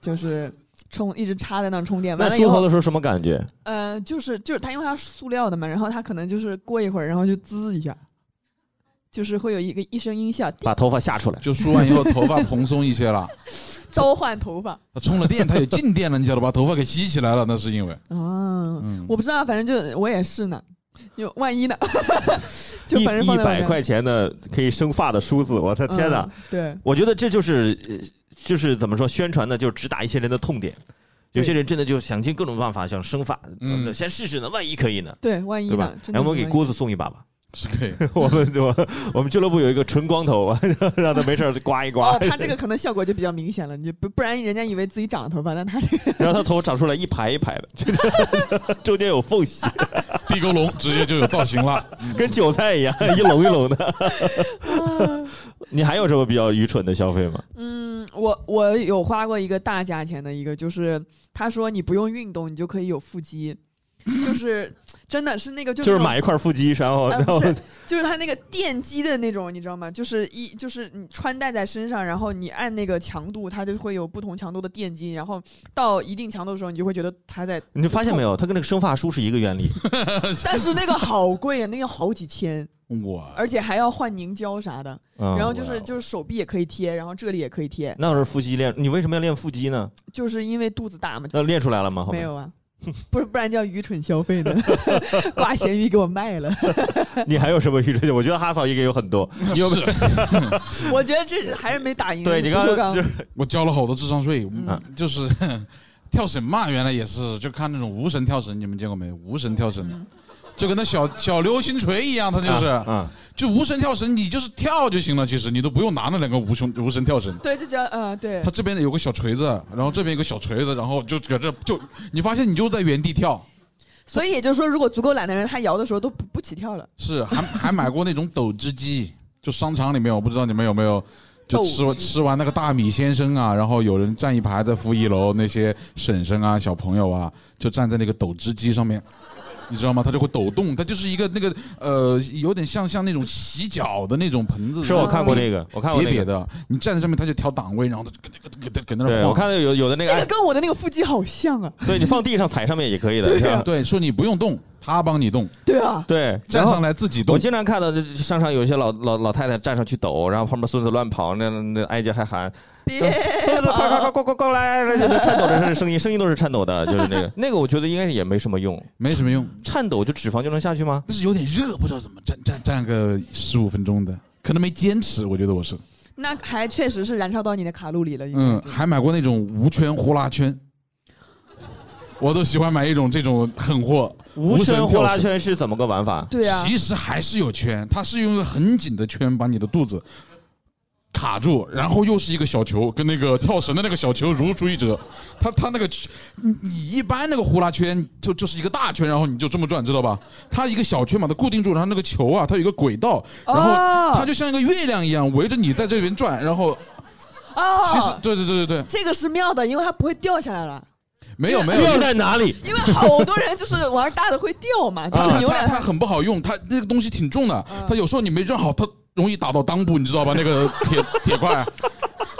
就是充一直插在那儿充电。
那
完了以
梳头
后，
的时候什么感觉？
呃，就是就是它因为它是塑料的嘛，然后它可能就是过一会儿，然后就滋一下，就是会有一个一声音效，叮
把头发吓出来。
就梳完以后头发蓬松一些了。
召唤头发
它充了电，它有静电了，你晓得吧？头发给吸起来了，那是因为，
啊。
嗯，
我不知道，反正就我也是呢，有万一呢， 就
一
反正
一
放在我
百
家
块钱的可以生发的梳子，我的天哪！
嗯对，
我觉得这就是呃就是怎么说，宣传的就直达一些人的痛点。有些人真的就想尽各种办法想生发，
嗯
呃先试试呢，万一可以呢，
对，万一
对吧
呢？？真
然后我
的
们给
是万一哦
郭子送一把吧。
是可以。
我们我我们俱乐部有一个纯光头， 让他没事儿刮一刮
哦，，他这个可能效果就比较明显了，你不不然人家以为自己长了头发，但他这个
然后他头长出来一排一排的， 就是中间有缝隙，
地沟龙直接就有造型了。
跟韭菜一样，一笼一笼 的。
啊
你还有什么比较愚蠢的消费吗？
嗯， 我我有花过一个大价钱的一个，就是他说你不用运动，你就可以有腹肌，就是真的是那个就
就是
那种
买一块腹肌，然后
呃
然后
不是就是它那个电击的那种，你知道吗？就是一就是你穿戴在身上，然后你按那个强度，它就会有不同强度的电击，然后到一定强度的时候，你就会觉得 它在。
你就发现没有，它跟那个生发梳是一个原理。
但是那个好贵啊，那个好几千，
我
而且还要换凝胶啥的。
嗯
然后就是就是手臂也可以贴，然后这里也可以贴，
那要是腹肌练，你为什么要练腹肌呢？
就是因为肚子大嘛。
那练出来了吗？后
没
面
有，啊，不是不然叫愚蠢消费 呢，挂咸鱼给我卖了。
你还有什么愚蠢？我觉得哈嫂应该有很多。你 有没有？
我觉得这还是没打赢。
对你刚
不锈
刚
钢
就是
我交了好多智商税，
啊
嗯
就是 跳绳嘛，原来也是，就看那种无绳跳绳，你们见过没？无绳跳绳的，就跟那小小流星锤一样，它就是、
嗯啊，
就无绳跳绳，你就是跳就行了，其实你都不用拿那两个无绳无绳跳绳。
对，就只要嗯对
它，这边有个小锤子，然后这边有个小锤子，然后就搁这就，你发现你就在原地跳，
所以也就是说，如果足够懒的人，他摇的时候都不不起跳了。
是还还买过那种抖汁机，就商场里面，我不知道你们有没有，就
抖
吃完
汁
吃完那个大米先生啊，然后有人站一排在负一楼，那些婶婶啊、小朋友啊，就站在那个抖汁机上面。你知道吗？它就会抖动，它就是一个那个呃，有点像像那种洗脚的那种盆子，
是我看过那个，我看过
瘪
那
瘪
个。
的，你站在上面，它就调档位，然后它就咯咯咯咯那
对，
晃
我看到有有的那
这
个，
个
哎
跟我的那个腹肌好像啊！
对你放地上踩上面也可以的，是吧？
对，说你不用动，它帮你动，
对啊，
对，
站
然后
上来自己
我
动。
经常看到这这商场有一些老老老太太站上去抖，然后旁边孙子乱跑，那那哀家还喊
别
孙子快快快快快快来，来就是颤抖的是声音，声音都是颤抖的，就是那个那个，我觉得应该也没什么用，
没什么用，
颤抖就脂肪就能下去吗？
但是有点热，不知道怎么站站站个十五分钟的，可能没坚持，我觉得我是，
那还确实是燃烧到你的卡路里了。应该
嗯，
就是
还买过那种无圈呼啦圈，我都喜欢买一种这种狠货，
无
绳
声呼啦
跳绳，
圈是怎么个玩法？
对啊，
其实还是有圈，它是用一个很紧的圈把你的肚子卡住，然后又是一个小球，跟那个跳绳的那个小球如出一辙，它它那个你你一般那个呼啦圈就就是一个大圈，然后你就这么转，知道吧？它一个小圈把它固定住，然后那个球啊，它有一个轨道，然后它
哦
就像一个月亮一样围着你在这边转，然后其实
哦，
对对对对对，
这个是妙的，因为它不会掉下来了。
没有没有，
妙在哪里？
因为好多人就是玩大的会掉嘛，就
它
是
它
牛奶
它它很不好用，它那个东西挺重的，它有时候你没扔好，它容易打到裆部，你知道吧？那个铁铁块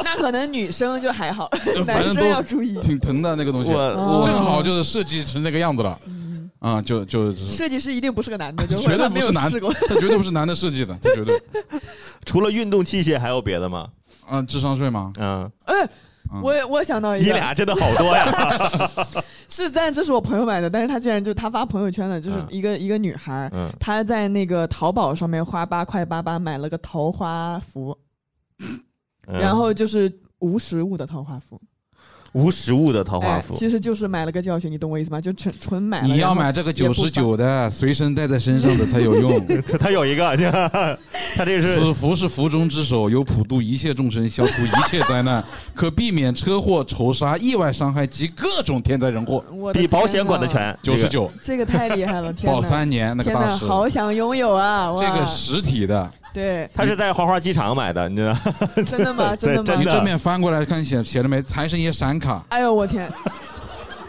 那可能女生就 还好
正，
男
都
生要注意。
挺疼的那个东西，
我嗯
正好就是设计成那个样子了，啊，就就就是
设计师一定不是 个男的，就
绝对
他
不
没
是
有
男
试过。
它绝对不是男的设计的，它绝 对，
除了运动器械还有别的吗？
啊，智商税吗？
嗯，
哎
嗯，
我我想到一
你
个，
俩真的好多呀！
是，但这是我朋友买的，但是他竟然就他发朋友圈了，就是
嗯
一个、一个女孩儿，
嗯
她在那个淘宝上面花八块八八买了个桃花符，
嗯
然后就是无实物的《桃花符》
无实物的桃花
哎，
符，
其实就是买了个教训，你懂我意思吗？就纯纯买了。
你要
然后
买这个
也
九
不
十
放
九的，随身带在身上的才有 用。
他有一个，就他这是
此符是符中之首，有普度一切众生、消除一切灾难，可避免车祸、仇杀、意外伤害及各种天灾人祸。
我的
比保险
天
管的
呐，
全，
九十
这个，
九，
这个太 厉害了！天
保
呐，
三年那个
天
大
呐，
师，
好想拥有啊！哇，
这个实体的，
对，
他是在花花机场买的，你知道？
真的 吗？
对
真的
真
你
吗？
的
正面翻过来看写写了没？财神爷闪卡
哎呦我天，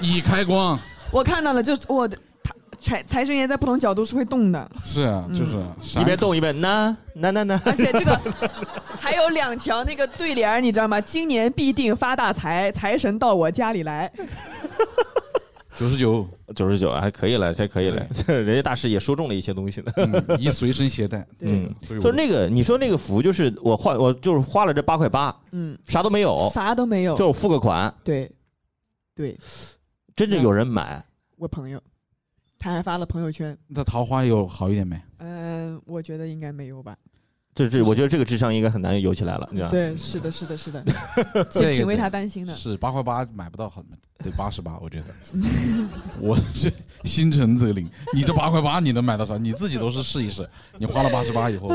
已开光，
我看到了，就是我的他财财神爷在不同角度是会 动的，
是啊就是
一
闪
边动一边那那那那，
而且这个还有两条那个对联儿，你知道吗？今年必定发大财，财神到我家里来。
九十九，
九十九还可以了，还可以了，人家大师也说中了一些东西呢。
嗯宜随身携带。
对
嗯，
所以
就
我
是那个你说那个符，就是我花我就是花了这八块八，
嗯，
啥都没有，
啥都没有。
哦就是付个款，
对，对
真正有人买，
我朋友，他还发了朋友圈。
那桃花有好一点没？
嗯、我觉得应该没有吧。
这这我觉得这个智商应该很难游起来了，你知道？
对，是的，是 的，是的，
这个
挺挺为他担心的。
是八块八买不到好，得八十八，我觉得。我是心诚则灵，你这八块八你能买到啥？你自己都是试一试。你花了八十八以后，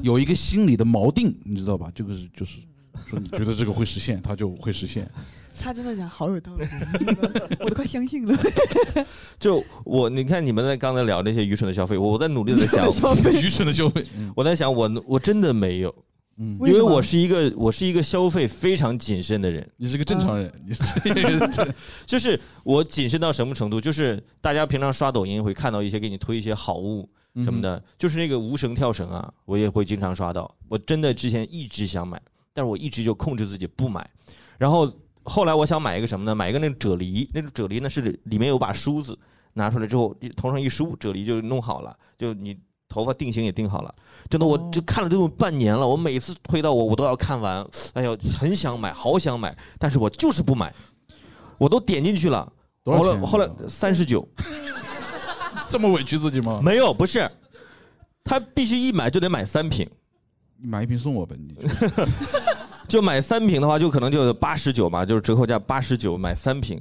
有一个心理的锚定，你知道吧？这个是就是说你觉得这个会实现，它就会实现。
他真的讲好有道理， 我都快相信了。
就我你看你们在刚才聊这些愚蠢的消费，我在努力的 想，
愚蠢的消费，嗯
我在想我我真的没有，
嗯，
因
什
为
么
我是一个我是一个消费非常谨慎的人，
你是个正常人，你是一个正
就是我谨慎到什么程度？就是大家平常刷抖音会看到一些给你推一些好物
嗯
什么，的，就是那个无绳跳绳啊，我也会经常刷到。我真的之前一直想买，但是我一直就控制自己不买。然后后来我想买一个什么呢？买一个那个啫喱，那个啫喱呢是里面有把梳子，拿出来之后头上一梳，啫喱就弄好了，就你。头发定型也定好了，真的，我
哦
就看了这种半年了。我每次推到我，我都要看完。哎呦，很想买，好想买，但是我就是不买。我都点进去了，
多少
后
钱啊
来？后来三十九，
这么委屈自己吗？
啊没有，不是，他必须一买就得买三瓶，
你买一瓶送我呗，你 就
就买三瓶的话，就可能就八十九嘛，就是折扣价八十九买三瓶，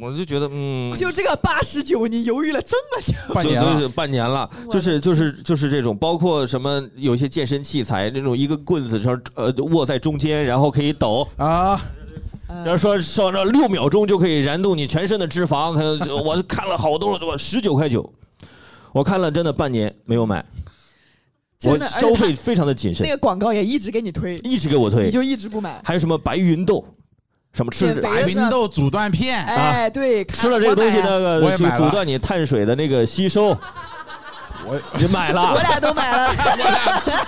我就觉得嗯，
就这个八十九，你犹豫了这么久，
半年
就就
了，
是半年了，
我
就
的
是就是就是这种，包括什么有一些健身器材那种一个棍子，就是呃握在中间，然后可以抖，
啊，
呃
然后说说这六秒钟就可以燃动你全身的脂肪，可能 我看了好多了，十九块九。我看了真的半年没有买，我
真的，而且
消
他
费非常的谨慎
那，个广告也一直给你推，
一直给我
你
推，
就一直不买。
还有什么白芸豆，什么吃
减
着
肥
白芸豆阻断片，
哎，对，
吃了这个东西，
呢，
那
我
个
也
就
买了
阻断你碳水的那个吸收，
我
你买
我
了。
俩都买了，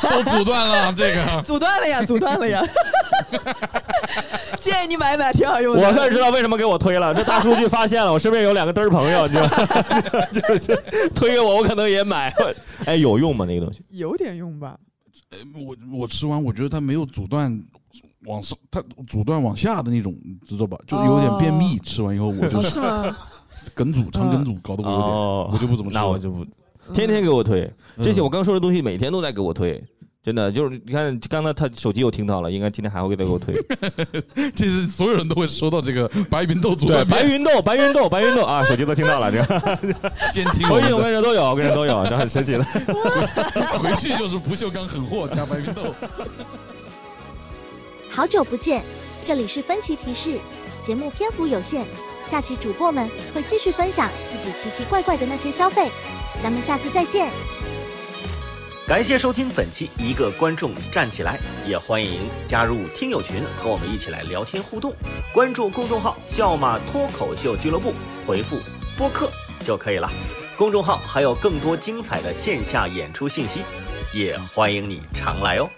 都阻断 了这个。
阻断了呀，阻 断了呀。 建议你买一买，挺好用的。
我算知道为什么给我推了，这大数据发现了，我身边有两个嘚儿朋友，你知道吗，就是推给我，我可能也买。哎，有用吗？那个东西？
有点用吧，
我我吃完，我觉得它没有阻断往上，它阻断往下的那种，知道吧？就有点便秘。吃完以后，我就
哦
是
是吗？
梗阻、肠梗阻，搞得我有点，
哦
我就不怎么吃了。嗯
那我就不天天给我推这些，我刚说的东西，每天都在给我推。真的就是你看，刚才他手机又听到了，应该今天还会再给我推。
嗯其实所有人都会收到这个白云豆阻
对，
断
白
片，
芸豆，白芸豆，白芸豆啊，手机都听到了，这个
监听
微
我
信 我
们
跟人都有，跟人都有，这很神奇的。
的。回去就是不锈钢狠货加白云豆。嗯
好久不见，这里是分歧提示，节目篇幅有限，下期主播们会继续分享自己奇奇怪怪的那些消费，咱们下次再见。
感谢收听本期《一个观众站起来》，也欢迎加入听友群和我们一起来聊天互动。关注公众号“笑马脱口秀俱乐部”，回复“播客”就可以了。公众号还有更多精彩的线下演出信息，也欢迎你常来哦。